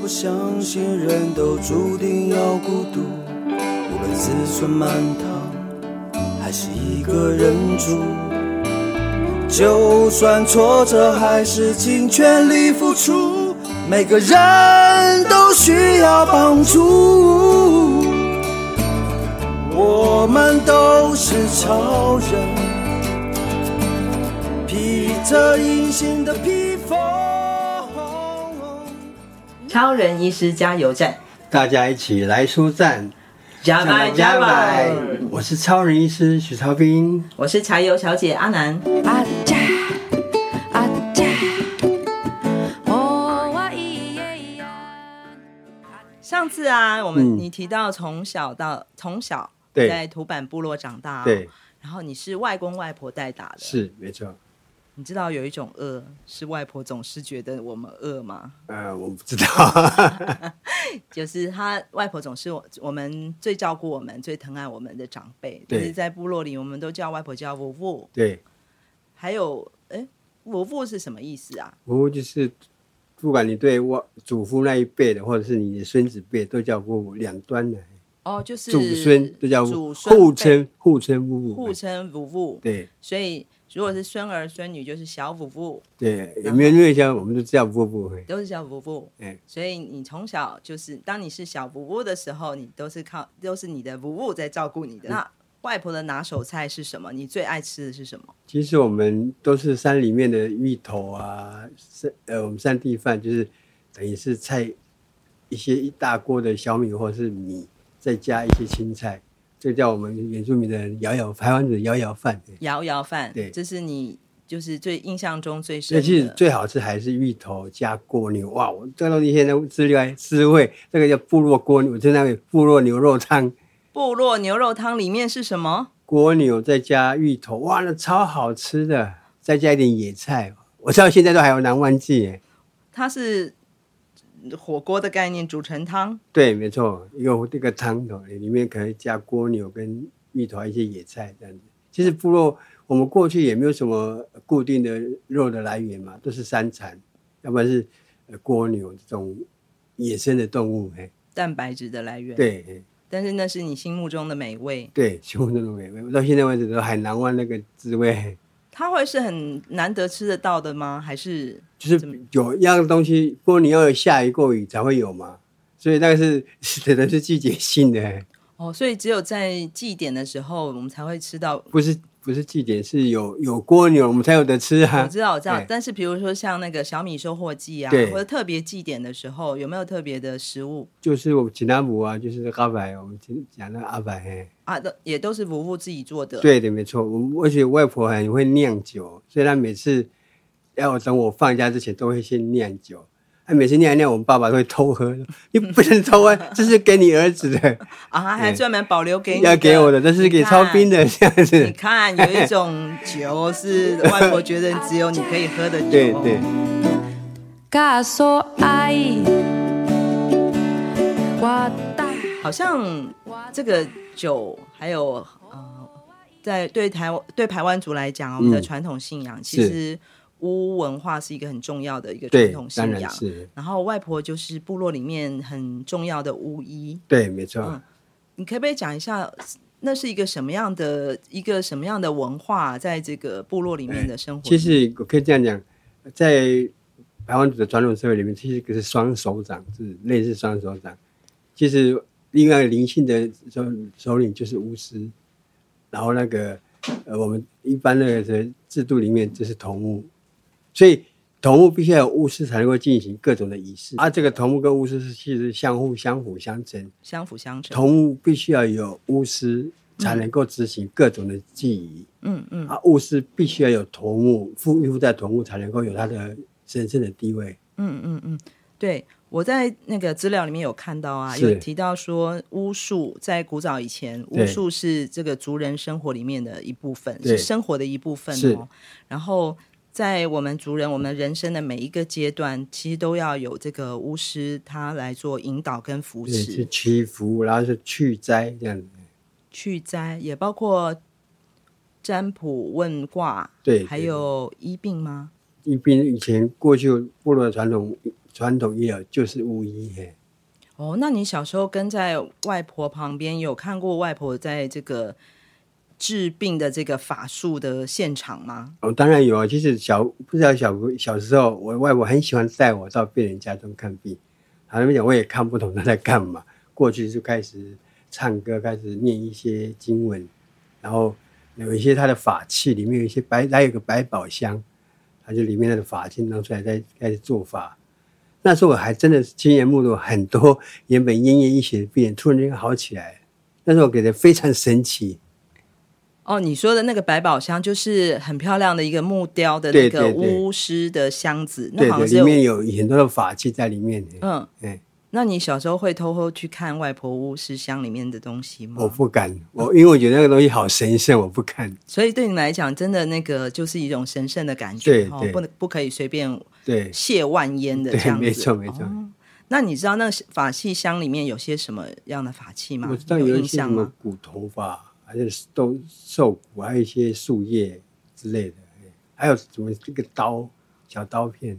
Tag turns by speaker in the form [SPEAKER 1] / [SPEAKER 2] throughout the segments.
[SPEAKER 1] 不相信人都注定要孤独，无论自尊满堂，还是一个人住。就算挫折，还是尽全力付出。每个人都需要帮助，我们都是超人，披着隐形的披风。
[SPEAKER 2] 超人医师加油站
[SPEAKER 3] 大家一起来舒赞，
[SPEAKER 2] 加白加白，
[SPEAKER 3] 我是超人医师许超斌，
[SPEAKER 2] 我是柴油小姐阿南。
[SPEAKER 4] あっちゃあっちゃおーわいいえいや
[SPEAKER 2] 上次啊，我们、
[SPEAKER 3] 嗯
[SPEAKER 2] 你提到从小到从小
[SPEAKER 3] 对
[SPEAKER 2] 在土坂部落长大，，哦
[SPEAKER 3] 对，
[SPEAKER 2] 然后你是外公外婆带大的，
[SPEAKER 3] 是没错。
[SPEAKER 2] 你知道有一种饿是外婆总是觉得我们饿吗？
[SPEAKER 3] 呃，我不知道，
[SPEAKER 2] 就是他外婆总是我我们最照顾我们、最疼爱我们的长辈，就
[SPEAKER 3] 对
[SPEAKER 2] 是在部落里，我们都叫外婆叫我父，
[SPEAKER 3] 对，
[SPEAKER 2] 还有哎，我父是什么意思啊？
[SPEAKER 3] 服务就是不管你对我祖父那一辈的，或者是你的孙子辈，都叫父母，两端的
[SPEAKER 2] 哦，就是
[SPEAKER 3] 祖孙都叫
[SPEAKER 2] 祖孙
[SPEAKER 3] 互
[SPEAKER 2] 辈
[SPEAKER 3] 称互称父母，
[SPEAKER 2] 互称祖父，
[SPEAKER 3] 对
[SPEAKER 2] 所以如果是孙儿孙女就是小祖父，
[SPEAKER 3] 对，有没有略叫我们都叫父母，
[SPEAKER 2] 都是小祖父。
[SPEAKER 3] 哎，
[SPEAKER 2] 所以你从小就是，当你是小祖父的时候，你都是靠都是你的祖父在照顾你的。那外婆的拿手菜是什么？你最爱吃的是什么？
[SPEAKER 3] 其实我们都是山里面的芋头啊，山呃，我们山地饭就是等于是菜一些一大锅的小米或是米，再加一些青菜，这叫我们原住民的摇摇台湾的摇摇饭。对
[SPEAKER 2] 摇摇饭，
[SPEAKER 3] 对
[SPEAKER 2] 这是你就是最印象中最深
[SPEAKER 3] 所以
[SPEAKER 2] 的。
[SPEAKER 3] 其实最好吃还是芋头加锅牛哇！我看到那些那资料滋味，那个叫部落锅牛，就那个部落牛肉汤，
[SPEAKER 2] 部落牛肉汤里面是什么？
[SPEAKER 3] 锅牛再加芋头，哇，那超好吃的！再加一点野菜，我到现在都还有难忘记耶。
[SPEAKER 2] 它是火锅的概念，煮成汤。
[SPEAKER 3] 对，没错，有这个汤头里面可以加蜗牛跟芋头一些野菜这样子。其实部落我们过去也没有什么固定的肉的来源嘛，都是山产，要不然是呃蜗牛这种野生的动物。哎，
[SPEAKER 2] 蛋白质的来源，，
[SPEAKER 3] 对 嘿
[SPEAKER 2] 但是那是你心目中的美味，
[SPEAKER 3] 对，全部都种美味，我到现在为止都还难忘那个滋味。
[SPEAKER 2] 它会是很难得吃得到的吗？还是
[SPEAKER 3] 就是有一样东西，不过你要有下雨过雨才会有嘛，所以那个是只能是季节性的。嘿
[SPEAKER 2] 哦，所以只有在祭典的时候，我们才会吃到。
[SPEAKER 3] 不是不是祭典，是有有蜗牛，我们才有得吃啊。
[SPEAKER 2] 我知道，我知道
[SPEAKER 3] 哎，
[SPEAKER 2] 但是比如说像那个小米收获季啊，
[SPEAKER 3] 对
[SPEAKER 2] 或者特别祭典的时候，有没有特别的食物
[SPEAKER 3] 就是我们吉拉姆啊，就是阿白，我们今讲那个阿白嘿。
[SPEAKER 2] 啊？都也都是伯父自己做的。，
[SPEAKER 3] 对的，没错。我而且外婆很会酿酒，所以她每次要等我放假之前都会先酿酒。她每次酿一酿，我们爸爸都会偷喝。你不能偷啊，这是给你儿子的，
[SPEAKER 2] 啊，他还
[SPEAKER 3] 对
[SPEAKER 2] 专门保留给你，
[SPEAKER 3] 要给我的，这是给超兵
[SPEAKER 2] 的。
[SPEAKER 3] 的这样
[SPEAKER 2] 你
[SPEAKER 3] 子。
[SPEAKER 2] 看，有一种酒是外婆觉得只有你可以喝的 酒。
[SPEAKER 3] 对对，
[SPEAKER 4] Caso hay guata
[SPEAKER 2] 好像这个酒还有呃，在对台湾对台湾族来讲，我们
[SPEAKER 3] 嗯
[SPEAKER 2] 的传统信仰、其实巫文化是一个很重要的一个传
[SPEAKER 3] 对
[SPEAKER 2] 统，信
[SPEAKER 3] 当然
[SPEAKER 2] 仰。
[SPEAKER 3] 是，
[SPEAKER 2] 然后外婆就是部落里面很重要的巫医，
[SPEAKER 3] 对，没错。
[SPEAKER 2] 嗯你可不可以讲一下？那是一个什么样的一个什么样的文化，在这个部落里面的生活？
[SPEAKER 3] 其实我可以这样讲，在台湾的传统社会里面，其实是双手掌制，类似双手掌。其实另外灵性的首首领就是巫师，然后那个呃，我们一般的制度里面就是头目，所以头目必须要有巫师才能够进行各种的仪式。啊，这个头目跟巫师是其实相互相辅相成，
[SPEAKER 2] 相辅相成。
[SPEAKER 3] 头目必须要有巫师才能够执行各种的技仪。
[SPEAKER 2] 嗯嗯，
[SPEAKER 3] 啊，巫师必须要有头目，附附在头目才能够有他的神圣的地位。
[SPEAKER 2] 嗯嗯嗯，对，我在那个资料里面有看到啊，
[SPEAKER 3] 是
[SPEAKER 2] 有提到说巫术在古早以前，巫
[SPEAKER 3] 对
[SPEAKER 2] 术是这个族人生活里面的一部分，
[SPEAKER 3] 对
[SPEAKER 2] 是生活的一部分
[SPEAKER 3] 是
[SPEAKER 2] 哦。然后在我们族人，我们人生的每一个阶段，其实都要有这个巫师他来做引导跟扶
[SPEAKER 3] 对，是
[SPEAKER 2] 持，
[SPEAKER 3] 祈福，然后是去灾这样子。
[SPEAKER 2] 去灾，也包括占卜、问卦，
[SPEAKER 3] 对
[SPEAKER 2] 还
[SPEAKER 3] 对
[SPEAKER 2] 有医病吗？
[SPEAKER 3] 一般以前过去部落的传统传统医疗就是巫医，嘿，
[SPEAKER 2] 哦，那你小时候跟在外婆旁边，有看过外婆在这个治病的这个法术的现场吗？
[SPEAKER 3] 哦，当然有啊。其实小不知道小小时候，我外婆很喜欢带我到病人家中看病，好像讲我也看不懂她在干嘛。过去就开始唱歌，开始念一些经文，然后有一些她的法器里面有一些百，还有一个百宝箱，她就里面的法器拿出来，再开始做法。那时候我还真的是亲眼目睹很多 原本奄奄一息的病人突然间好起来，那时候我觉得非常神奇。
[SPEAKER 2] 哦，你说的那个百宝箱就是很漂亮的一个木雕的那
[SPEAKER 3] 对
[SPEAKER 2] 个
[SPEAKER 3] 对对
[SPEAKER 2] 巫师的箱子，
[SPEAKER 3] 对
[SPEAKER 2] 那好
[SPEAKER 3] 对，
[SPEAKER 2] 像是
[SPEAKER 3] 里
[SPEAKER 2] 有
[SPEAKER 3] 面有很多的法器在里面。
[SPEAKER 2] 嗯，
[SPEAKER 3] 哎，
[SPEAKER 2] 那你小时候会偷偷去看外婆巫师箱里面的东西吗？
[SPEAKER 3] 我不敢，
[SPEAKER 2] 嗯
[SPEAKER 3] 我因为我觉得那个东西好神圣，我不看。
[SPEAKER 2] 所以对你们来讲，真的那个就是一种神圣的感觉，
[SPEAKER 3] 对
[SPEAKER 2] 哦
[SPEAKER 3] 对
[SPEAKER 2] 不能不可以随便
[SPEAKER 3] 对
[SPEAKER 2] 亵玩焉的这
[SPEAKER 3] 对，
[SPEAKER 2] 样子。哦
[SPEAKER 3] 没错没错。
[SPEAKER 2] 那你知道那个法器箱里面有些什么样的法器吗？
[SPEAKER 3] 我知道
[SPEAKER 2] 有
[SPEAKER 3] 有一
[SPEAKER 2] 印
[SPEAKER 3] 些什
[SPEAKER 2] 象
[SPEAKER 3] 么
[SPEAKER 2] 吗？
[SPEAKER 3] 骨头吧，还有豆兽骨，还有一些树叶之类的，哎还有什么这个刀小刀片，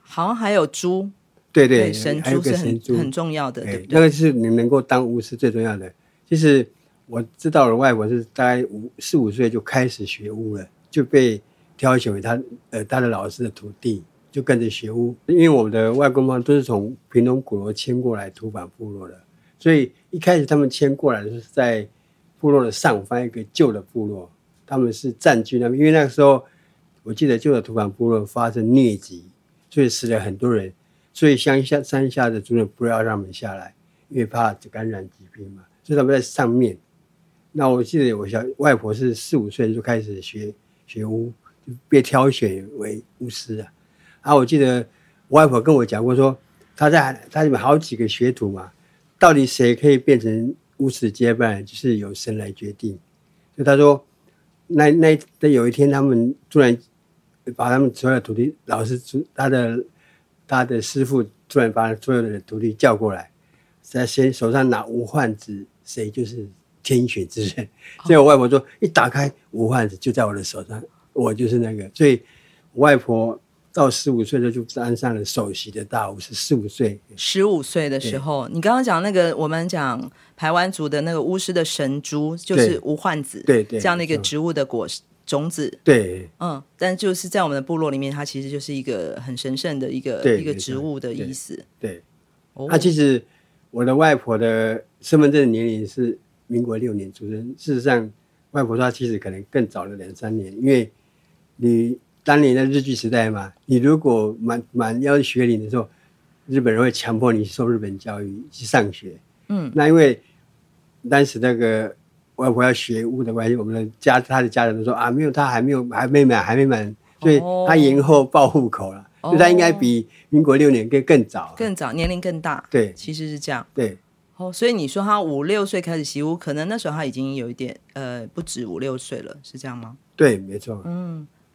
[SPEAKER 2] 好像还有猪，
[SPEAKER 3] 对对，
[SPEAKER 2] 神
[SPEAKER 3] 还有
[SPEAKER 2] 猪是
[SPEAKER 3] 个神哎
[SPEAKER 2] 很
[SPEAKER 3] 珠
[SPEAKER 2] 很重要的，对
[SPEAKER 3] 对
[SPEAKER 2] 不，对？
[SPEAKER 3] 那个是你能够当巫师最重要的。其实我知道我外婆是大概五四五岁就开始学巫了，就被挑选为她呃她的老师的徒弟，就跟着学巫。因为我们的外公妈都是从平东古罗迁过来土坂部落的，所以一开始他们迁过来的是在部落的上方一个旧的部落，他们是占据那边，因为那个时候我记得旧的土坂部落发生疟疾，所以死了很多人，所以乡下山下的族人不要让他们下来，因为怕感染疾病嘛，所以他们在上面。那我记得我小外婆是四五岁就开始学学巫，就被挑选为巫师啊。啊，我记得我外婆跟我讲过说，她在她里面好几个学徒嘛，到底谁可以变成巫师的接班人，就是由神来决定。所以她说，那那那有一天他们突然把他们所有的徒弟老师主他的他的师傅突然把所有的徒弟叫过来，在谁手上拿无患子，谁就是天选之人。所以我外婆说，一打开无患子就在我的手上，我就是那个。所以我外婆到十五岁的时候就当上了首席的大巫师，十五岁。
[SPEAKER 2] 十五岁的时候，你刚刚讲那个我们讲排湾族的那个巫师的神珠，就是
[SPEAKER 3] 对
[SPEAKER 2] 无患子，
[SPEAKER 3] 对对
[SPEAKER 2] 这样的一个
[SPEAKER 3] 没错
[SPEAKER 2] 植物的果实种子，
[SPEAKER 3] 对
[SPEAKER 2] 嗯，但就是在我们的部落里面，它其实就是一个很神圣的一个
[SPEAKER 3] 对
[SPEAKER 2] 一个
[SPEAKER 3] 没错
[SPEAKER 2] 植物的
[SPEAKER 3] 对
[SPEAKER 2] 意思。
[SPEAKER 3] 对，
[SPEAKER 2] 哦
[SPEAKER 3] 啊，其实我的外婆的身份证年龄是民国六年出生。事实上，外婆说她其实可能更早了两三年，因为你当年在日据时代嘛，你如果满满要学龄的时候，日本人会强迫你受日本教育去上学。
[SPEAKER 2] 嗯，
[SPEAKER 3] 那因为当时那个外婆要学巫的关系，我们的家她的家人都说啊，没有，她还没有，还没满，还没满，所以
[SPEAKER 2] 哦
[SPEAKER 3] 她延后报户口了，所以她应该比民国六年更更早。
[SPEAKER 2] 更早，年龄更大，
[SPEAKER 3] 对
[SPEAKER 2] 其实是这样。
[SPEAKER 3] 对。
[SPEAKER 2] 哦，所以你说他五六岁开始习武，可能那时候他已经有一点呃，不止五六岁了，是这样吗？
[SPEAKER 3] 对，没错，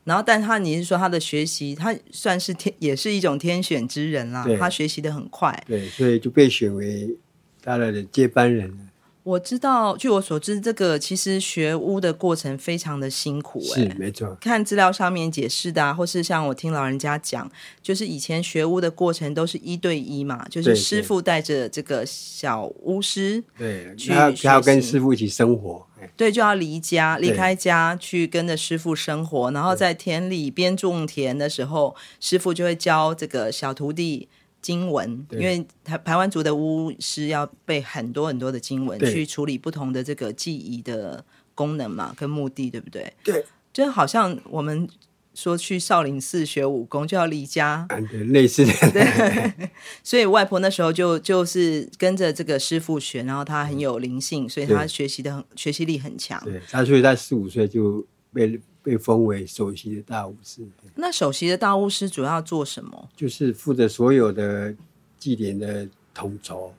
[SPEAKER 2] 然后，但他你是说他的学习，他算是天，也是一种天选之人啦
[SPEAKER 3] 对。
[SPEAKER 2] 他学习的很快。
[SPEAKER 3] 对，所以就被选为他的接班人了。
[SPEAKER 2] 我知道，据我所知，这个其实学巫的过程非常的辛苦、欸，
[SPEAKER 3] 是，没错，
[SPEAKER 2] 看资料上面解释的啊，或是像我听老人家讲，就是以前学巫的过程都是一对一嘛，就是
[SPEAKER 3] 对
[SPEAKER 2] 师傅带着这个小巫师，
[SPEAKER 3] 对，
[SPEAKER 2] 去
[SPEAKER 3] 他
[SPEAKER 2] 学
[SPEAKER 3] 他要跟
[SPEAKER 2] 习
[SPEAKER 3] 师傅一起生活，哎
[SPEAKER 2] 对，就要离家，离
[SPEAKER 3] 对
[SPEAKER 2] 开家去跟着师傅生活，然后在田里边种田的时候，师傅就会教这个小徒弟经文，因
[SPEAKER 3] 对
[SPEAKER 2] 为台台湾族的巫师要背很多很多的经文，
[SPEAKER 3] 对
[SPEAKER 2] 去处理不同的这个记忆的功能嘛，跟目的，对不对？
[SPEAKER 3] 对，
[SPEAKER 2] 就好像我们说去少林寺学武功就要离家，
[SPEAKER 3] 啊，对，类似的，
[SPEAKER 2] 所以外婆那时候就就是跟着这个师傅学，然后她很有灵性，所以她
[SPEAKER 3] 嗯对
[SPEAKER 2] 学习的很学习力很强。
[SPEAKER 3] 对，他所以他四五岁就被被封为首席的大武士，哎
[SPEAKER 2] 那首席的大巫师主要做什么？
[SPEAKER 3] 就是负责所有的祭典的统筹。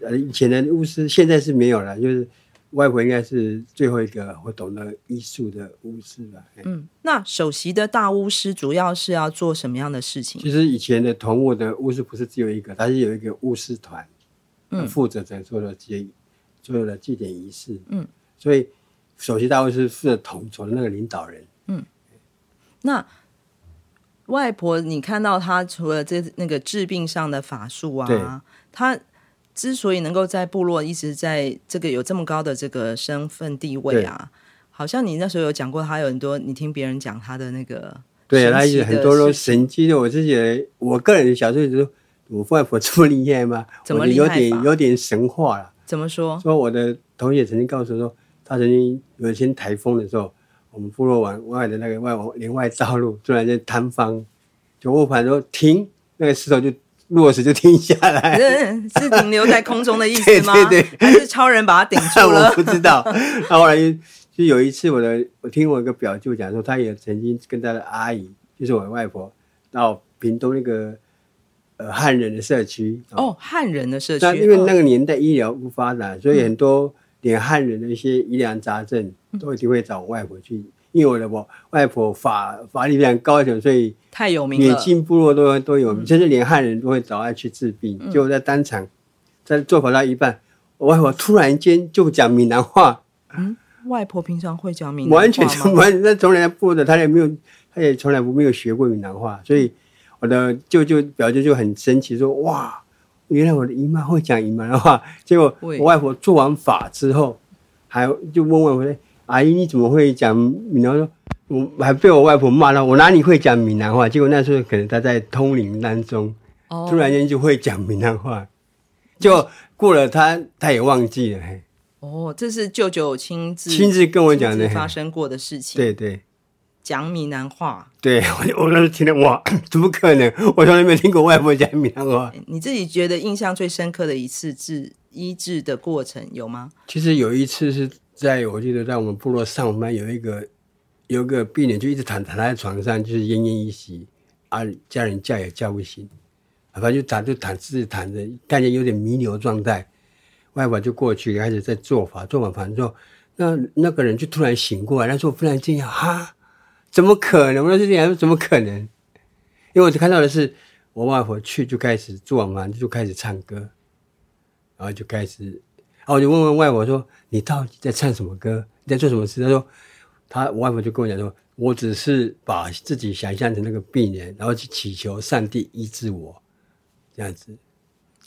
[SPEAKER 3] 呃，以前的巫师现在是没有了，就是外婆应该是最后一个会懂得医术的巫师吧。哎
[SPEAKER 2] 嗯，那首席的大巫师主要是要做什么样的事情？
[SPEAKER 3] 其实以前的同务的巫师不是只有一个，他是有一个巫师团，
[SPEAKER 2] 嗯
[SPEAKER 3] 负责整所有的祭所有的祭典仪式，
[SPEAKER 2] 嗯，
[SPEAKER 3] 所以首席大巫师负责统筹的那个领导人，
[SPEAKER 2] 那外婆，你看到她除了这那个治病上的法术
[SPEAKER 3] 对
[SPEAKER 2] 啊，她之所以能够在部落一直在这个有这么高的这个身份地位啊，好像你那时候有讲过，她有很多你听别人讲她的那个
[SPEAKER 3] 对，
[SPEAKER 2] 神
[SPEAKER 3] 他
[SPEAKER 2] 奇
[SPEAKER 3] 有
[SPEAKER 2] 的
[SPEAKER 3] 很多都
[SPEAKER 2] 事
[SPEAKER 3] 神迹的。我自己，我个人小时候就说，我外婆这么厉害吗？
[SPEAKER 2] 怎么
[SPEAKER 3] 我就
[SPEAKER 2] 厉
[SPEAKER 3] 有
[SPEAKER 2] 害
[SPEAKER 3] 点
[SPEAKER 2] 法
[SPEAKER 3] 有点神话了。
[SPEAKER 2] 怎么 说？
[SPEAKER 3] 说我的同学曾经告诉我说，他曾经有一天台风的时候，我们部落往外的那个外往连外道路突然间塌方，就我反说停，那个石头就落石就停下 来。
[SPEAKER 2] 嗯是停留在空中的意思吗？
[SPEAKER 3] 对对对
[SPEAKER 2] 还是超人把她顶住
[SPEAKER 3] 我
[SPEAKER 2] 了？
[SPEAKER 3] 不知道。那后来就有一次，我的我听我一个表舅讲说，他也曾经跟他的阿姨，就是我的外婆，到屏东那个呃汉人的社区。
[SPEAKER 2] 哦，汉人的社区，
[SPEAKER 3] 那因为那
[SPEAKER 2] 哦嗯
[SPEAKER 3] 个年代医疗不发达，所以很多连汉人的一些疑难杂症都一定会找我外婆去。因为我的我外婆法法力非常高强，所以
[SPEAKER 2] 太有名
[SPEAKER 3] 远
[SPEAKER 2] 了，嗯
[SPEAKER 3] 近部落都都有，甚至连汉人都会找他去治病。结果在当场，在做法到一半，我外婆突然间就讲闽南话，
[SPEAKER 2] 外婆平常会讲闽南话
[SPEAKER 3] 完全
[SPEAKER 2] 吗
[SPEAKER 3] 就完， 那从来不的，他也没有，他也从来不没有学过闽南话，所以我的舅舅表舅就很生气，说哇，原来我的姨妈会讲闽南话。 结果
[SPEAKER 2] 喂
[SPEAKER 3] 我外婆做完法之后，还就问外婆说：“阿姨，你怎么会讲闽南话？”我还被我外婆骂了，我哪里会讲闽南话？结果那时候可能她在通灵当中，
[SPEAKER 2] 哦
[SPEAKER 3] 突然间就会讲闽南话，就过了她，她也忘记了，嘿
[SPEAKER 2] 哦，这是舅舅亲自
[SPEAKER 3] 亲自跟我讲的
[SPEAKER 2] 亲自。发生过的事情。
[SPEAKER 3] 对对。
[SPEAKER 2] 讲闽南话，
[SPEAKER 3] 对我就，我当时听了哇， 怎么可能？我从来没有听过外婆讲闽南话。
[SPEAKER 2] 你自己觉得印象最深刻的一次治医治的过程有吗？
[SPEAKER 3] 其实有一次是在我记得在我们部落上班，有一个有一个病人就一直躺躺在床上，就是奄奄一息，啊，家人叫也叫不醒，啊反正就躺就躺自己躺着，看见有点弥留状态，外婆就过去开始在做法，做完法之后，那那个人就突然醒过来，他说我非常惊讶，哈，怎么可能？我当时想说怎么可能？因为我只看到的是我外婆去就开始做完饭就开始唱歌，然后就开始然后我就问问外婆说：“你到底在唱什么歌？你在做什么事？”她说：“她我外婆就跟我讲说，我只是把自己想象成那个病人，然后去祈求上帝医治我，这样子。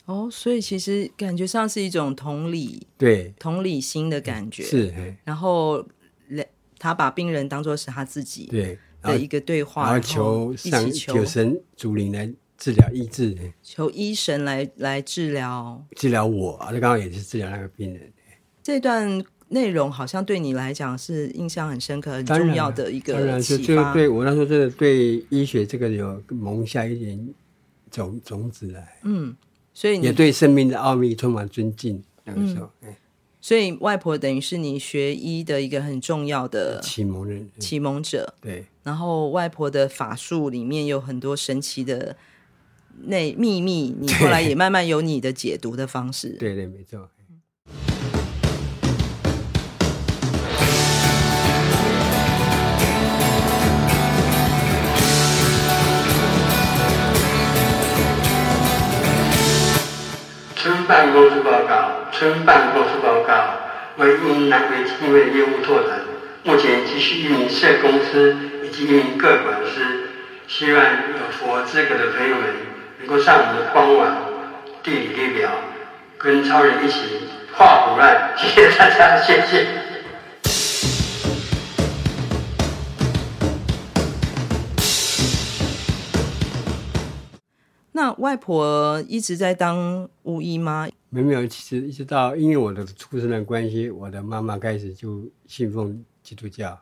[SPEAKER 2] 哦，所以其实感觉上是一种同理
[SPEAKER 3] 对，
[SPEAKER 2] 同理心的感觉，。
[SPEAKER 3] 是，嘿
[SPEAKER 2] 然后，来他把病人当做是他自己
[SPEAKER 3] 对，
[SPEAKER 2] 的
[SPEAKER 3] 然后
[SPEAKER 2] 一个对话，然
[SPEAKER 3] 然后求
[SPEAKER 2] 一
[SPEAKER 3] 上
[SPEAKER 2] 起求
[SPEAKER 3] 求神主灵来治疗医治嘿
[SPEAKER 2] 求医神来来治疗。
[SPEAKER 3] 治疗我，啊，那刚好也是治疗那个病人。
[SPEAKER 2] 这段内容好像对你来讲是印象很深刻、很
[SPEAKER 3] 当然啊
[SPEAKER 2] 重要的一
[SPEAKER 3] 当
[SPEAKER 2] 个
[SPEAKER 3] 然就
[SPEAKER 2] 启
[SPEAKER 3] 就
[SPEAKER 2] 发。
[SPEAKER 3] 对我那时候真的对医学这个有萌下一点种种子来，
[SPEAKER 2] 嗯，嗯所以
[SPEAKER 3] 也
[SPEAKER 2] 你
[SPEAKER 3] 对生命的奥秘充满尊敬。那个时候。嘿
[SPEAKER 2] 所以外婆等于是你学医的一个很重要的
[SPEAKER 3] 哎呃启嗯蒙人，
[SPEAKER 2] 启蒙者，
[SPEAKER 3] 对
[SPEAKER 2] 然后外婆的法术里面有很多神奇的内秘密，你后来也慢慢有你的解读的方式。
[SPEAKER 3] 对对，没错。哎
[SPEAKER 5] 村办公室报告，村办公室报告为一名南北基金会的业务拓展，目前急需一名社公司以及一名个管师，希望有符合资格的朋友们能够上我们的官网地理列表，跟超人一起画虎烂，谢谢大家，谢谢。
[SPEAKER 2] 那外婆一直在当巫医吗？
[SPEAKER 3] 没有没有，其实一直到因为我的出生的关系，我的妈妈开始就信奉基督教。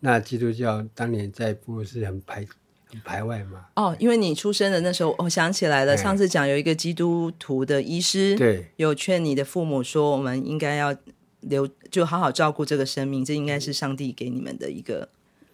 [SPEAKER 3] 那基督教当年在部落是很排很排外嘛，
[SPEAKER 2] 哦，因为你出生的那时候，我、想起来了，
[SPEAKER 3] 哎
[SPEAKER 2] 上次讲有一个基督徒的医师，
[SPEAKER 3] 对
[SPEAKER 2] 有劝你的父母说，我们应该要留，就好好照顾这个生命，这应该是上帝给你们的一个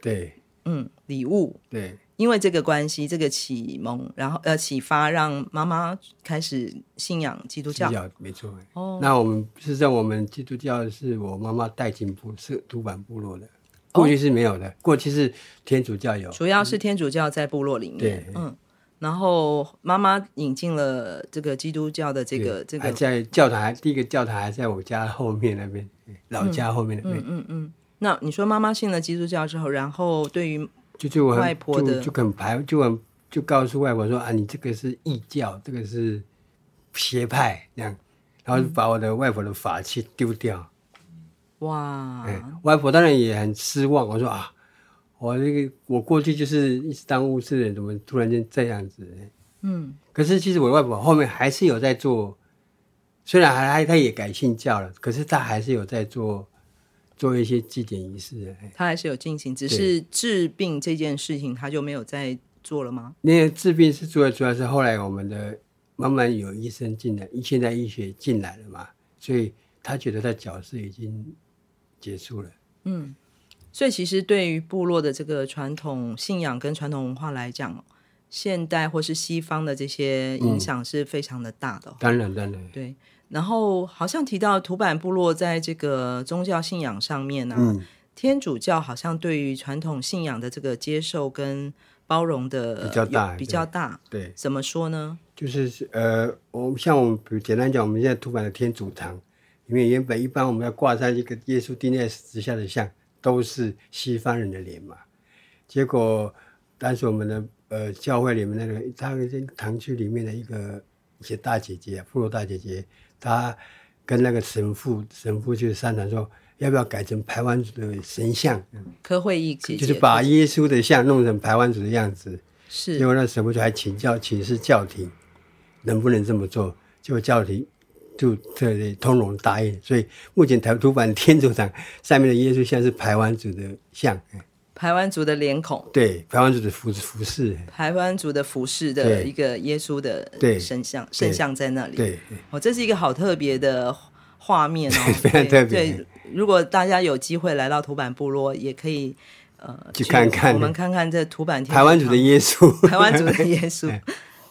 [SPEAKER 3] 对
[SPEAKER 2] 嗯礼物。
[SPEAKER 3] 对
[SPEAKER 2] 因为这个关系，这个启蒙，然后呃启发，让妈妈开始信仰基督
[SPEAKER 3] 基督
[SPEAKER 2] 教。
[SPEAKER 3] 教没错。哎
[SPEAKER 2] 哦
[SPEAKER 3] 那我们事实上我们基督教是我妈妈带进部是土版部落的，
[SPEAKER 2] 哦
[SPEAKER 3] 过去是没有的，过去是天主教有。
[SPEAKER 2] 主要是天主教在部落里面
[SPEAKER 3] 对，
[SPEAKER 2] 嗯，然后妈妈引进了这个基督教的这个
[SPEAKER 3] 对
[SPEAKER 2] 这
[SPEAKER 3] 还
[SPEAKER 2] 个，
[SPEAKER 3] 在教堂还，第一个教堂还在我家后面那边，老家后面那边。
[SPEAKER 2] 嗯嗯。那你说妈妈信了基督教之后，然后对于
[SPEAKER 3] 就就很
[SPEAKER 2] 外婆的
[SPEAKER 3] 就就很排就很就告诉外婆说啊，你这个是异教，这个是邪派这样，然后就把我的外婆的法器丢掉。
[SPEAKER 2] 哇，
[SPEAKER 3] 哎，外婆当然也很失望。我说啊，我这个我过去就是一直当巫师的人，怎么突然间这样子？哎
[SPEAKER 2] 嗯，
[SPEAKER 3] 可是其实我外婆后面还是有在做，虽然还还她也改信教了，可是她还是有在做做一些祭典仪式。哎
[SPEAKER 2] 他还是有进行，只是治病这件事情他就没有再做了吗？
[SPEAKER 3] 那个治病是主要主要是后来我们的慢慢有医生进来，现代医学进来了嘛，所以他觉得他角色已经结束了。
[SPEAKER 2] 所以其实对于部落的这个传统信仰跟传统文化来讲，现代或是西方的这些
[SPEAKER 3] 嗯
[SPEAKER 2] 影响是非常的大的哦、
[SPEAKER 3] 当然，当然，
[SPEAKER 2] 对，然后好像提到土坂部落在这个宗教信仰上面呢、
[SPEAKER 3] 嗯
[SPEAKER 2] 天主教好像对于传统信仰的这个接受跟包容的
[SPEAKER 3] 比较大
[SPEAKER 2] 有比较大。
[SPEAKER 3] 对。
[SPEAKER 2] 怎么说呢？
[SPEAKER 3] 就是呃，我们像我们比如简单讲，我们现在土版的天主堂里面，原本一般我们要挂上一个耶稣钉在十字架的像，都是西方人的脸嘛。结果当时我们的呃教会里面那个，他那个堂区里面的一个一些大姐姐，部落大姐姐，她跟那个神父神父去商量说，要不要改成排湾族的神像，
[SPEAKER 2] 科会议姐姐
[SPEAKER 3] 就是把耶稣的像弄成排湾族的样子。结
[SPEAKER 2] 是
[SPEAKER 3] 果那神父就还请教请示教廷，能不能这么做？结果教廷就特别通融答应，所以目前台土版天主堂上面的耶稣像是排湾族的像，哎
[SPEAKER 2] 台湾族的脸孔，
[SPEAKER 3] 对，排湾族的服服饰，哎
[SPEAKER 2] 台湾族的服饰的
[SPEAKER 3] 对
[SPEAKER 2] 一个耶稣的
[SPEAKER 3] 对
[SPEAKER 2] 神像，
[SPEAKER 3] 对
[SPEAKER 2] 圣像在那里。
[SPEAKER 3] 对，
[SPEAKER 2] 哦，这是一个好特别的画 面哦，
[SPEAKER 3] 非常特别
[SPEAKER 2] 对，如果大家有机会来到土坂部落，也可以呃
[SPEAKER 3] 去看看
[SPEAKER 2] 我们看看这土坂天主堂
[SPEAKER 3] 台湾族的耶稣， 哎
[SPEAKER 2] 台湾族的耶稣。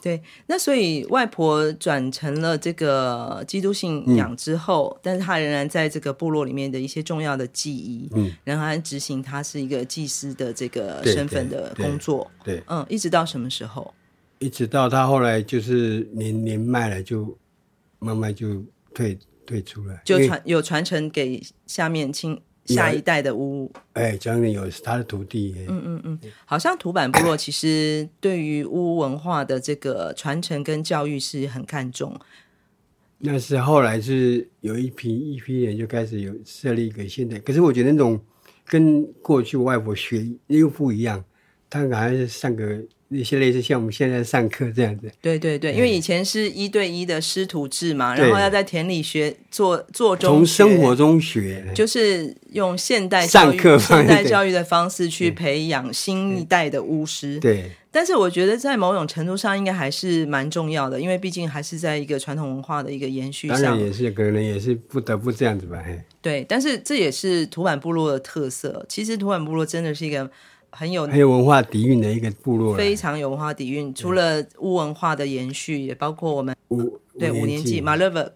[SPEAKER 2] 对，那所以外婆转成了这个基督
[SPEAKER 3] 嗯
[SPEAKER 2] 信仰之后，但是她仍然在这个部落里面的一些重要的记忆，
[SPEAKER 3] 嗯，
[SPEAKER 2] 仍然执行她是一个祭司的这个
[SPEAKER 3] 对
[SPEAKER 2] 身份
[SPEAKER 3] 对
[SPEAKER 2] 的
[SPEAKER 3] 对
[SPEAKER 2] 工作，
[SPEAKER 3] 对，
[SPEAKER 2] 嗯，一直到什么时候？
[SPEAKER 3] 一直到他后来就是年年迈了，就慢慢就退退出了，
[SPEAKER 2] 就
[SPEAKER 3] 因为
[SPEAKER 2] 传有传承给下面亲
[SPEAKER 3] 有
[SPEAKER 2] 下一代的巫
[SPEAKER 3] 哎，将近有他的徒弟，哎
[SPEAKER 2] 嗯好像土坂部落其实对于巫文化的这个传承跟教育是很看重，
[SPEAKER 3] 那是后来是有一批一批人就开始有设立一个现代，可是我觉得那种跟过去外婆学又不一样，他好像是上个那些类似像我们现在上课这样子，
[SPEAKER 2] 对对对，因为以前是一对一的师徒制嘛，
[SPEAKER 3] 嗯对
[SPEAKER 2] 然后要在田里学做做中
[SPEAKER 3] 从
[SPEAKER 2] 学
[SPEAKER 3] 生活中学，
[SPEAKER 2] 就是用现代
[SPEAKER 3] 上课
[SPEAKER 2] 教育
[SPEAKER 3] 方面
[SPEAKER 2] 现代教育的方式去培养新一代的巫师。
[SPEAKER 3] 对
[SPEAKER 2] 但是我觉得在某种程度上应该还是蛮重要的，因为毕竟还是在一个传统文化的一个延续
[SPEAKER 3] 当
[SPEAKER 2] 上
[SPEAKER 3] 然。也是可能也是不得不这样子吧，哎嘿，
[SPEAKER 2] 对，但是这也是土坂部落的特色。其实土坂部落真的是一个很有
[SPEAKER 3] 还有文化底蕴的一个部落
[SPEAKER 2] 嗯
[SPEAKER 3] 了，
[SPEAKER 2] 非常有文化底蕴，除了巫文化的延续，也包括我们
[SPEAKER 3] 五
[SPEAKER 2] 对五年级 m a l e v e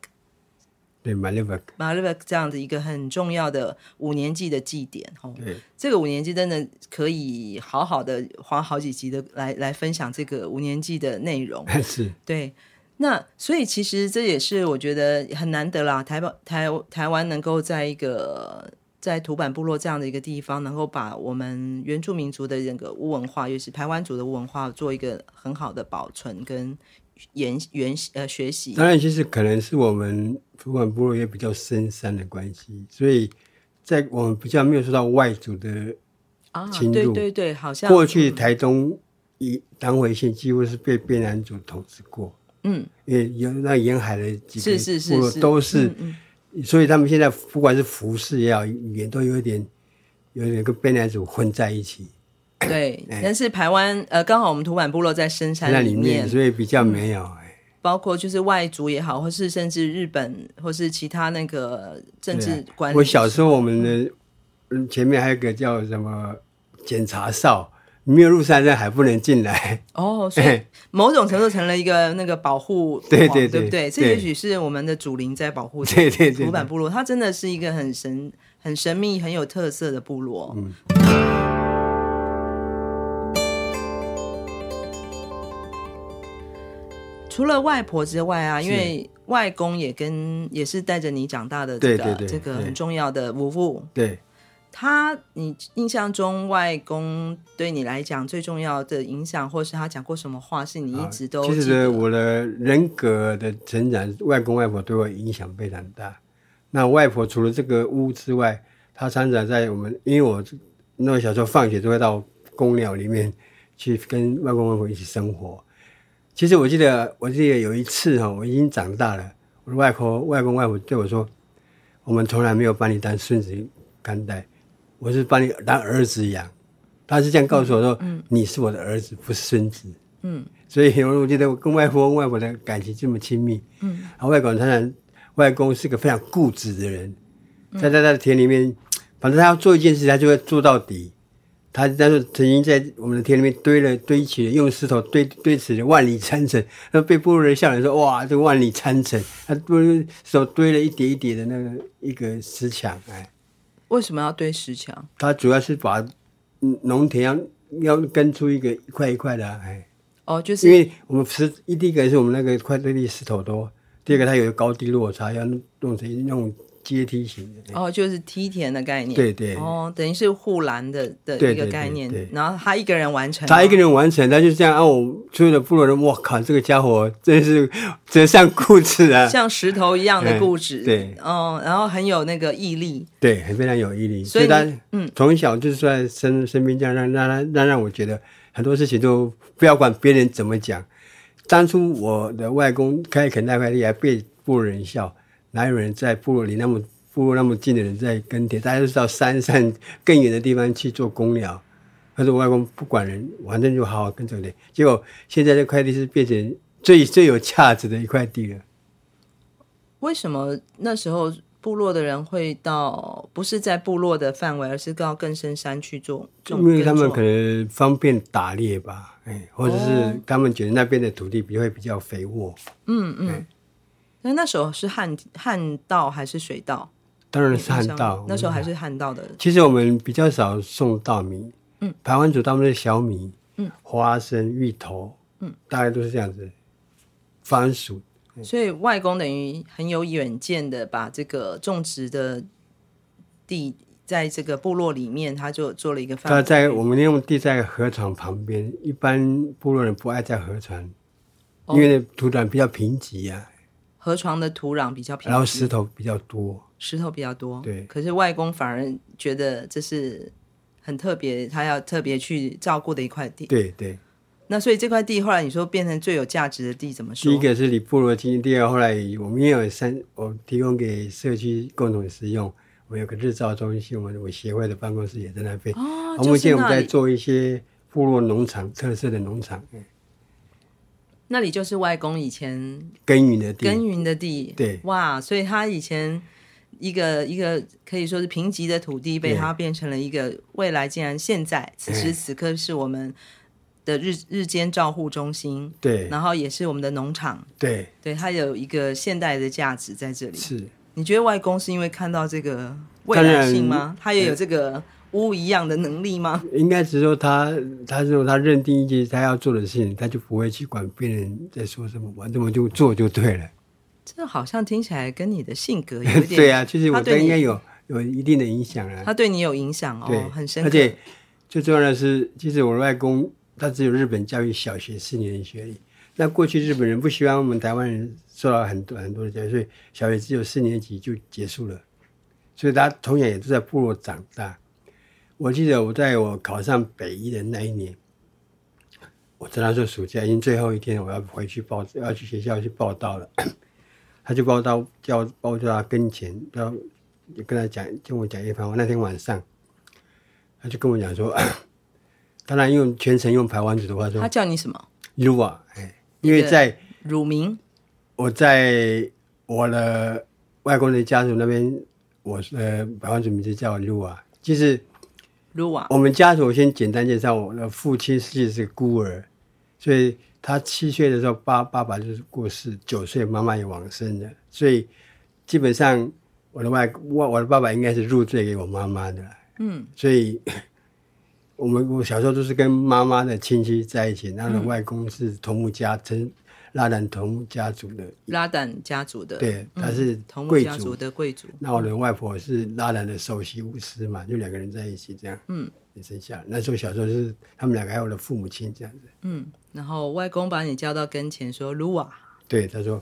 [SPEAKER 3] 对马六 a
[SPEAKER 2] m a l e v e 这样的一个很重要的五年级的祭典哦。
[SPEAKER 3] 对，
[SPEAKER 2] 这个五年级真的可以好好的花好几集的来来分享这个五年级的内容。
[SPEAKER 3] 是
[SPEAKER 2] 对，那所以其实这也是我觉得很难得啦，台湾台台湾能够在一个在土坂部落这样的一个地方，能够把我们原住民族的这个巫文化，尤其是台湾族的巫文化，做一个很好的保存跟研研呃学习。
[SPEAKER 3] 当然，其实可能是我们主管部落也比较深山的关系，所以在我们比较没有受到外族的
[SPEAKER 2] 啊，
[SPEAKER 3] 侵
[SPEAKER 2] 对
[SPEAKER 3] 入
[SPEAKER 2] 对对，好像
[SPEAKER 3] 过去台东以南回县几乎是被边南族统治过，
[SPEAKER 2] 嗯，
[SPEAKER 3] 因为有那沿海的几
[SPEAKER 2] 是是
[SPEAKER 3] 个
[SPEAKER 2] 是
[SPEAKER 3] 部落
[SPEAKER 2] 是
[SPEAKER 3] 都是，
[SPEAKER 2] 嗯嗯
[SPEAKER 3] 所以他们现在不管是服饰也好，语言都有一点有点跟边南族混在一起，
[SPEAKER 2] 对，但是台湾呃，刚好我们土坂部落在深
[SPEAKER 3] 哎在那
[SPEAKER 2] 山
[SPEAKER 3] 里
[SPEAKER 2] 里面嗯
[SPEAKER 3] 面，，所以比较没有。哎
[SPEAKER 2] 包括就是外族也好，或是甚至日本或是其他那个政
[SPEAKER 3] 对
[SPEAKER 2] 治
[SPEAKER 3] 啊
[SPEAKER 2] 管理。
[SPEAKER 3] 我小时候我们的嗯前面还有一个叫什么检查哨，没有入山人还不能进来。
[SPEAKER 2] 哦，所
[SPEAKER 3] 哎
[SPEAKER 2] 以某种程度成了一个那个保护网，
[SPEAKER 3] 对
[SPEAKER 2] 对
[SPEAKER 3] 对
[SPEAKER 2] 不
[SPEAKER 3] 对
[SPEAKER 2] 对？这
[SPEAKER 3] 对
[SPEAKER 2] 也许是我们的祖灵在保护
[SPEAKER 3] 对对对
[SPEAKER 2] 土坂部落，它真的是一个很神、很神秘、很有特色的部落。嗯除了外婆之外啊，因为外公也跟也是带着你长大的这
[SPEAKER 3] 对
[SPEAKER 2] 个
[SPEAKER 3] 对对
[SPEAKER 2] 这个
[SPEAKER 3] 对
[SPEAKER 2] 很重要的夫妇，
[SPEAKER 3] 对，
[SPEAKER 2] 他，你印象中外公对你来讲最重要的影响，或是他讲过什么话，是你一直都
[SPEAKER 3] 啊其
[SPEAKER 2] 记
[SPEAKER 3] 实
[SPEAKER 2] 得？
[SPEAKER 3] 我的人格的成长，外公外婆对我影响非常大。那外婆除了这个屋之外，她常常在我们，因为我那个小时候放学都会到公寮里面去跟外公外婆一起生活。其实我记得，我记得有一次哈、我已经长大了，我的外婆、外公、外婆对我说：“我们从来没有把你当孙子看待，我是把你当儿子养。”他是这样告诉我说：“
[SPEAKER 2] 嗯
[SPEAKER 3] 你是我的儿子，不是孙子。”所以我觉得我跟外婆外婆的感情这么亲密，嗯，然后外公常常外公是个非常固执的人，他在他的田里面，反正他要做一件事，他就会做到底。他他说曾经在我们的田里面堆了堆起了，用石头堆堆起了万里长城，那被部落人笑人说哇，这个万里长城，他堆石头堆了一叠一叠的那个一个石墙，哎，
[SPEAKER 2] 为什么要堆石墙？
[SPEAKER 3] 他主要是把嗯农田要要耕出一个一块一块的啊，哎。
[SPEAKER 2] 哦，就
[SPEAKER 3] 因
[SPEAKER 2] 是
[SPEAKER 3] 为我们石一第一个是我们那个块对地石头多，第二个它有高低落差，要弄成那种阶梯型的。
[SPEAKER 2] 哦，就是梯田的概念。
[SPEAKER 3] 对对
[SPEAKER 2] 哦，等于是护栏的的
[SPEAKER 3] 对
[SPEAKER 2] 一个
[SPEAKER 3] 对
[SPEAKER 2] 概念
[SPEAKER 3] 对对
[SPEAKER 2] 然后他一个人完成。
[SPEAKER 3] 他一个人完成，他就这样按我所有的部落人，我靠，这个家伙真是真像故事啊！
[SPEAKER 2] 像石头一样的
[SPEAKER 3] 哎
[SPEAKER 2] 固执。
[SPEAKER 3] 对
[SPEAKER 2] 哦，然后很有那个毅力。
[SPEAKER 3] 对，很非常有毅力。
[SPEAKER 2] 所以
[SPEAKER 3] 他
[SPEAKER 2] 你嗯
[SPEAKER 3] 从小就是在身身边这样让让他让让我觉得很多事情都不要管别人怎么讲。当初我的外公开垦那块地还被部落人笑，哪有人在部落里那么部落那么近的人在耕田？大家都是到山上更远的地方去做公寮。他说我外公不管人，反正就好好耕着田。结果现在这块地是变成最最有价值的一块地了。
[SPEAKER 2] 为什么那时候部落的人会到不是在部落的范围，而是到更深山去做种？
[SPEAKER 3] 因为他们
[SPEAKER 2] 耕种
[SPEAKER 3] 可能方便打猎吧，哎，或者
[SPEAKER 2] 哦
[SPEAKER 3] 是他们觉得那边的土地比会比较肥沃，
[SPEAKER 2] 那那时候是旱旱道还是水稻？
[SPEAKER 3] 当然是嗯旱稻。
[SPEAKER 2] 那时候还是旱稻的。
[SPEAKER 3] 其实我们比较少送稻米，
[SPEAKER 2] 嗯，
[SPEAKER 3] 台湾族他们的小米，
[SPEAKER 2] 嗯，
[SPEAKER 3] 花生、芋头，嗯，大概都是这样子，番薯。
[SPEAKER 2] 所以外公等于很有远见的，把这个种植的地在这个部落里面，他就做了一个范围。
[SPEAKER 3] 他在我们那种地在河床旁边，一般部落人不爱在河床，
[SPEAKER 2] 哦
[SPEAKER 3] 因为土壤比较贫瘠呀、
[SPEAKER 2] 河床的土壤比较
[SPEAKER 3] 然后
[SPEAKER 2] 平，
[SPEAKER 3] 石头比较多。
[SPEAKER 2] 石头比较多。
[SPEAKER 3] 对
[SPEAKER 2] 可是外公反而觉得这是很特别，他要特别去照顾的一块地。
[SPEAKER 3] 对对，
[SPEAKER 2] 那所以这块地后来你说变成最有价值的地，怎么说？
[SPEAKER 3] 第一个是李部罗经，第二后来我们也有三，我提供给社区共同使用。我们有个日照中心，我们我协会的办公室也在那边。
[SPEAKER 2] 哦
[SPEAKER 3] 啊目前
[SPEAKER 2] 就
[SPEAKER 3] 我们
[SPEAKER 2] 是那
[SPEAKER 3] 在
[SPEAKER 2] 里
[SPEAKER 3] 做一些部落农场特色的农场嗯
[SPEAKER 2] 那里就是外公以前
[SPEAKER 3] 耕耘的地。
[SPEAKER 2] 耕耘的地，
[SPEAKER 3] 对
[SPEAKER 2] 哇，所以他以前一个一个可以说是贫瘠的土地，被
[SPEAKER 3] 对
[SPEAKER 2] 他变成了一个未来竟然现在此时此刻是我们的日日间照护中心，
[SPEAKER 3] 对
[SPEAKER 2] 然后也是我们的农场，
[SPEAKER 3] 对
[SPEAKER 2] 对，它有一个现代的价值在这里。
[SPEAKER 3] 是，
[SPEAKER 2] 你觉得外公是因为看到这个未
[SPEAKER 3] 当
[SPEAKER 2] 来
[SPEAKER 3] 然
[SPEAKER 2] 性吗？他
[SPEAKER 3] 呃
[SPEAKER 2] 也有这个屋一样的能力吗？
[SPEAKER 3] 应该只是说他，他说他认定一件他要做的事情，他就不会去管别人在说什么，反正我就做就对了。
[SPEAKER 2] 这好像听起来跟你的性格有 一点
[SPEAKER 3] 对啊，其实我
[SPEAKER 2] 他对
[SPEAKER 3] 都
[SPEAKER 2] 你
[SPEAKER 3] 应该有有一定的影响啊。
[SPEAKER 2] 他对你有影响
[SPEAKER 3] 对
[SPEAKER 2] 哦，，很深刻。
[SPEAKER 3] 而且最重要的是，其实我的外公他只有日本教育小学四年的学历。那过去日本人不希望我们台湾人受到很多很多的教育，所以小学只有四年级就结束了。所以他从小也都在部落长大。我记得我在我考上北一的那一年，我跟他说暑假已经最后一天，我要回去报要去学校去报道了。 他就报到叫把我叫他跟前，要跟他讲跟我讲一番话。那天晚上，他就跟我讲说， 当然用全程用台湾族的话
[SPEAKER 2] 他
[SPEAKER 3] 说
[SPEAKER 2] 叫你什么？
[SPEAKER 3] 如啊，哎，因为在
[SPEAKER 2] 乳名
[SPEAKER 3] 我在我的外公的家族那边，我是呃台湾族名字叫如啊，就是。
[SPEAKER 2] 鲁瓦
[SPEAKER 3] 我们家族我先简单介绍，我的父亲实际是孤儿，所以他七岁的时候，爸爸爸就是过世，九岁妈妈也往生了，所以基本上我的外我我的爸爸应该是入赘给我妈妈的，嗯，所以我们我小时候都是跟妈妈的亲戚在一起，那我的外公是同母家曾，拉兰同家族的，
[SPEAKER 2] 拉丹家族的，
[SPEAKER 3] 对，
[SPEAKER 2] 嗯
[SPEAKER 3] 他是
[SPEAKER 2] 同母
[SPEAKER 3] 贵
[SPEAKER 2] 家族
[SPEAKER 3] 族。
[SPEAKER 2] 的贵族，
[SPEAKER 3] 那我的外婆是拉兰的首席巫师嘛，就两个人在一起这样，
[SPEAKER 2] 嗯，
[SPEAKER 3] 也生下来。那时候小时候是他们两个还有我的父母亲这样子。
[SPEAKER 2] 嗯，然后外公把你叫到跟前说卢瓦，
[SPEAKER 3] 对，他说，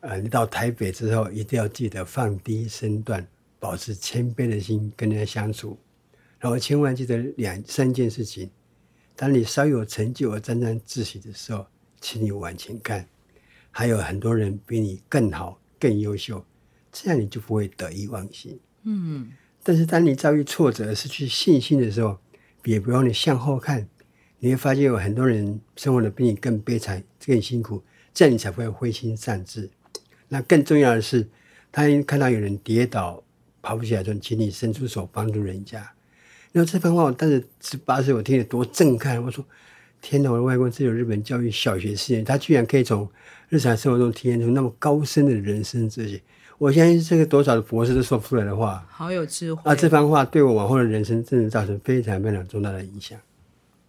[SPEAKER 3] 呃，你到台北之后一定要记得放低身段，保持谦卑的心跟人家相处，然后千万记得两三件事情：当你稍有成就而沾沾自喜的时候，请你往前看，还有很多人比你更好、更优秀，这样你就不会得意忘形。
[SPEAKER 2] 嗯
[SPEAKER 3] 但是当你遭遇挫折、失去信心的时候，也不用你向后看，你会发现有很多人生活的比你更悲惨、更辛苦，这样你才不会灰心丧志。那更重要的是，当你看到有人跌倒、爬不起来的时候，请你伸出手帮助人家。然后这番话，我当时十八岁，我听得多震撼！我说：“天哪，我的外公是有日本教育小学四年，他居然可以从日常生活中体验出那么高深的人生哲学。”我相信这个多少的博士都说不出来的话。
[SPEAKER 2] 好有智慧
[SPEAKER 3] 啊，这番话对我往后的人生真的造成非常非常重大的影响。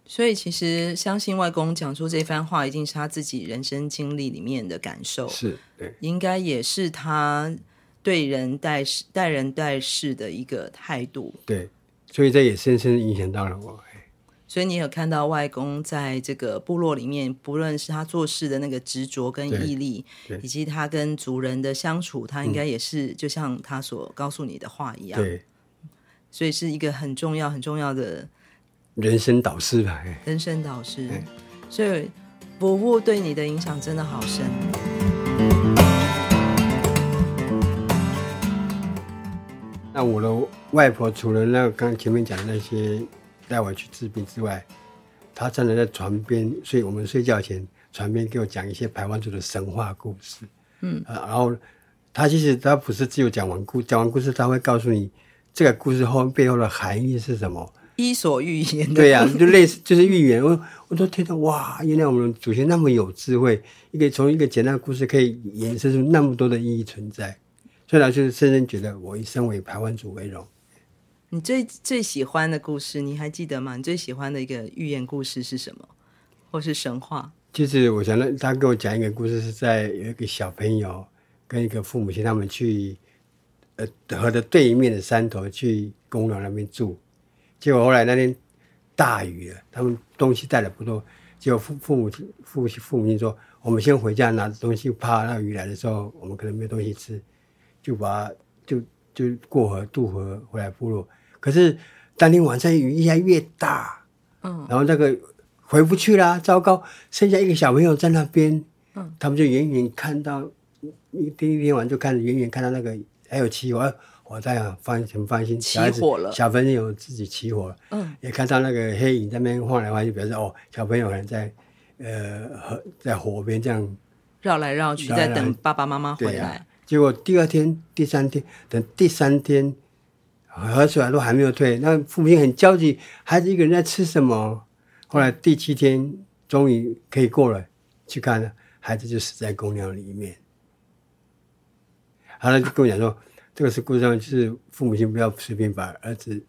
[SPEAKER 2] 所以其实相信外公讲出这番话，一定是他自己人生经历里面的感受，
[SPEAKER 3] 是，对，
[SPEAKER 2] 应该也是他对人待事、待人待事的一个态度。
[SPEAKER 3] 对，所以这也深深地影响到了我。哎
[SPEAKER 2] 所以你有看到外公在这个部落里面，不论是他做事的那个执着跟毅力
[SPEAKER 3] 对，对嗯
[SPEAKER 2] 以及他跟族人的相处，他应该也是就像他所告诉你的话一样，
[SPEAKER 3] 对，
[SPEAKER 2] 所以是一个很重要、很重要的
[SPEAKER 3] 人生导师吧，哎。
[SPEAKER 2] 人生导师
[SPEAKER 3] 对。
[SPEAKER 2] 所以伯父对你的影响真的好深。
[SPEAKER 3] 那我的外婆除了那个刚前面讲的那些带我去治病之外，她常常在床边，所以我们睡觉前床边给我讲一些排湾族的神话故事。
[SPEAKER 2] 嗯
[SPEAKER 3] 啊，然后她其实她不是只有讲完故，讲完故事她会告诉你这个故事后背后的含义是什么。
[SPEAKER 2] 伊索寓言的
[SPEAKER 3] 对呀、就类似就是预言。 我我都听到哇，原来我们的祖先那么有智慧，一个从一个简单的故事可以延伸出那么多的意义存在。所以呢，就是深深觉得我一生为台湾族为荣。
[SPEAKER 2] 你最最喜欢的故事，你还记得吗？你最喜欢的一个寓言故事是什么，或是神话？
[SPEAKER 3] 就是我想到他给我讲一个故事，是在有一个小朋友跟一个父母亲他们去呃河的对面的山头去公园那边住，结果后来那天大雨了，他们东西带的不多，结果父父母亲父父母亲说我们先回家拿东西，怕那雨来的时候我们可能没有东西吃，就把就就过河渡河回来部落。可是当天晚上雨越来越大，
[SPEAKER 2] 嗯，
[SPEAKER 3] 然后那个回不去啦，糟糕，剩下一个小朋友在那边，
[SPEAKER 2] 嗯，
[SPEAKER 3] 他们就远远看到，一第一天晚上就看着远远看到那个还有起火，哎火灾啊，放很放心，
[SPEAKER 2] 起
[SPEAKER 3] 小孩子
[SPEAKER 2] 火了
[SPEAKER 3] 小朋友自己起火了，
[SPEAKER 2] 嗯，
[SPEAKER 3] 也看到那个黑影在那边晃来晃去，表示哦，小朋友可能在呃和在火边这样
[SPEAKER 2] 绕来绕去，
[SPEAKER 3] 绕
[SPEAKER 2] 在
[SPEAKER 3] 来
[SPEAKER 2] 等爸爸妈妈
[SPEAKER 3] 对
[SPEAKER 2] 回
[SPEAKER 3] 呀，
[SPEAKER 2] 来。
[SPEAKER 3] 结果第二天、第三天，等第三天河水啊都还没有退，那父母亲很焦急，孩子一个人在吃什么？后来第七天终于可以过了，去看了，孩子就死在公寮里面。后来就跟我讲说，这个是故事上就是父母亲不要随便把儿子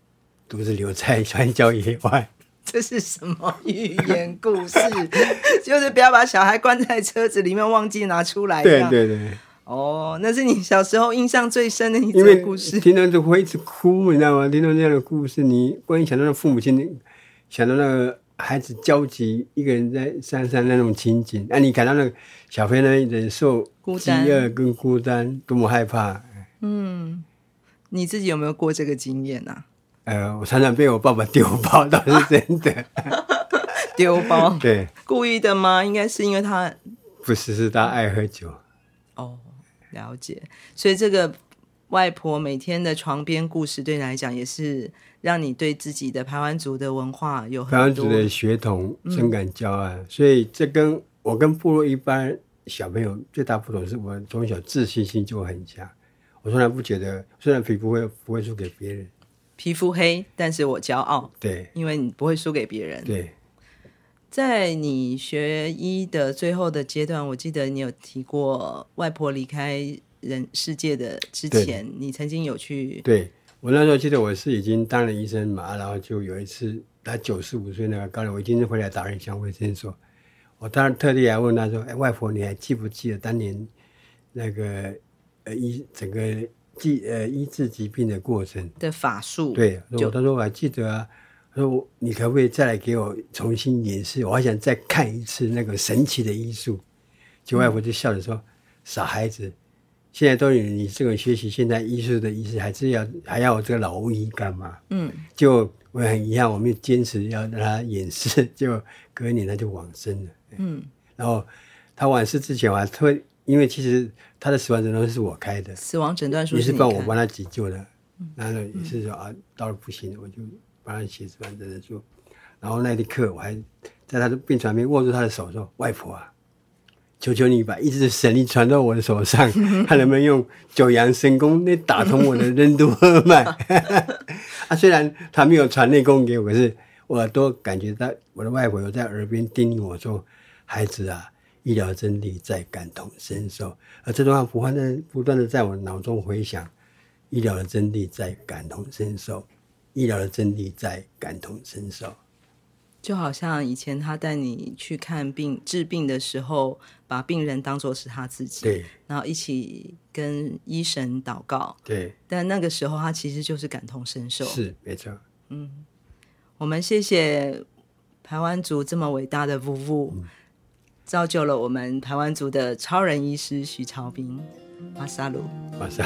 [SPEAKER 3] 独自留在 山郊野外。
[SPEAKER 2] 这是什么寓言故事？ 就是不要把小孩关在车子里面，忘记拿出来。这
[SPEAKER 3] 对
[SPEAKER 2] 样
[SPEAKER 3] 对对，
[SPEAKER 2] 哦，那是你小时候印象最深的一
[SPEAKER 3] 因为
[SPEAKER 2] 则故事。
[SPEAKER 3] 听到就会一直哭，你知道吗？听到这样的故事，你光一想到那父母亲，想到那个孩子焦急一个人在山上那种情景，那、你感到那个小朋友那忍受
[SPEAKER 2] 孤
[SPEAKER 3] 饥
[SPEAKER 2] 单
[SPEAKER 3] 饿跟孤单，多么害怕。
[SPEAKER 2] 嗯，你自己有没有过这个经验啊？
[SPEAKER 3] 呃，我常常被我爸爸丢包，倒是真的。
[SPEAKER 2] 丢包，
[SPEAKER 3] 对，
[SPEAKER 2] 故意的吗？应该是因为他
[SPEAKER 3] 不是是他爱喝酒，
[SPEAKER 2] 哦，了解。所以这个外婆每天的床边故事，对你来讲也是让你对自己的排湾族的文化有
[SPEAKER 3] 台湾
[SPEAKER 2] 很多
[SPEAKER 3] 族的血统深感骄傲，所以这跟我跟部落一般小朋友最大不同是我从小自信心就很强，我从来不觉得虽然皮肤会不会输给别人，
[SPEAKER 2] 皮肤黑，但是我骄傲，
[SPEAKER 3] 对
[SPEAKER 2] 因为你不会输给别人。
[SPEAKER 3] 对
[SPEAKER 2] 在你学医的最后的阶段，我记得你有提过，外婆离开人世界的之
[SPEAKER 3] 对
[SPEAKER 2] 前，你曾经有去
[SPEAKER 3] 对，我那时候记得我是已经当了医生嘛，然后就有一次他九十五岁那个高龄，我已经是回来达人乡卫生所，我当然特地还问他说：“哎，外婆，你还记不记得当年那个呃医整个治呃医治疾病的过程？”
[SPEAKER 2] 的法术，
[SPEAKER 3] 对，我
[SPEAKER 2] 就
[SPEAKER 3] 他说我还记得啊，他说我你可不可以再来给我重新演示？我还想再看一次那个神奇的医术。就外
[SPEAKER 2] 嗯
[SPEAKER 3] 婆就笑着说：“傻孩子，现在都有你这个学习现代医术的医师，还是要还要我这个老巫医干嘛？”
[SPEAKER 2] 嗯，
[SPEAKER 3] 就我很遗憾，我没有坚持要让他演示，就隔年他就往生了。
[SPEAKER 2] 嗯，
[SPEAKER 3] 然后他往世之前，我还特因为其实他的死亡诊断书是我开的，
[SPEAKER 2] 死亡诊断书
[SPEAKER 3] 也是
[SPEAKER 2] 你
[SPEAKER 3] 帮我
[SPEAKER 2] 看
[SPEAKER 3] 帮他急救的，然后也是说啊，到了不行了，我就帮他写啊出来的人说，然后那一刻我还在他的病床边握住他的手说：“外婆啊，求求你把一直神力传到我的手上，看能不能用九阳神功那打通我的任督二脉。”啊，虽然他没有传内功给我，可是我都感觉到我的外婆有在耳边叮咛我说：“孩子啊，医疗真理在感同身受。”而这段话不断的不断的在我脑中回响，医疗的真理在感同身受，医疗的真理在感同身受。
[SPEAKER 2] 就好像以前他带你去看病治病的时候，把病人当做是他自己，
[SPEAKER 3] 对
[SPEAKER 2] 然后一起跟医神祷告。
[SPEAKER 3] 对，
[SPEAKER 2] 但那个时候他其实就是感同身受。
[SPEAKER 3] 是没错。
[SPEAKER 2] 我们谢谢台湾族这么伟大的夫妇，造就了我们台湾族的超人医师徐朝斌。马萨鲁，
[SPEAKER 3] 马上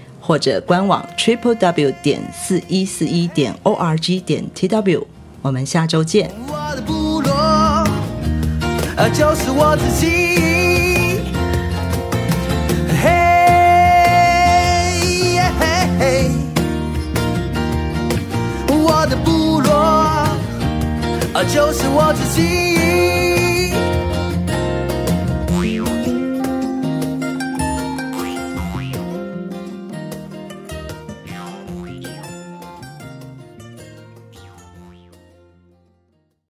[SPEAKER 2] 或者官网 triple w 点四一四一点 o r g 点 t w，我们下周见。
[SPEAKER 1] 我的部落，啊，就是我自己。嘿，耶嘿嘿，我的部落，啊，就是我自己。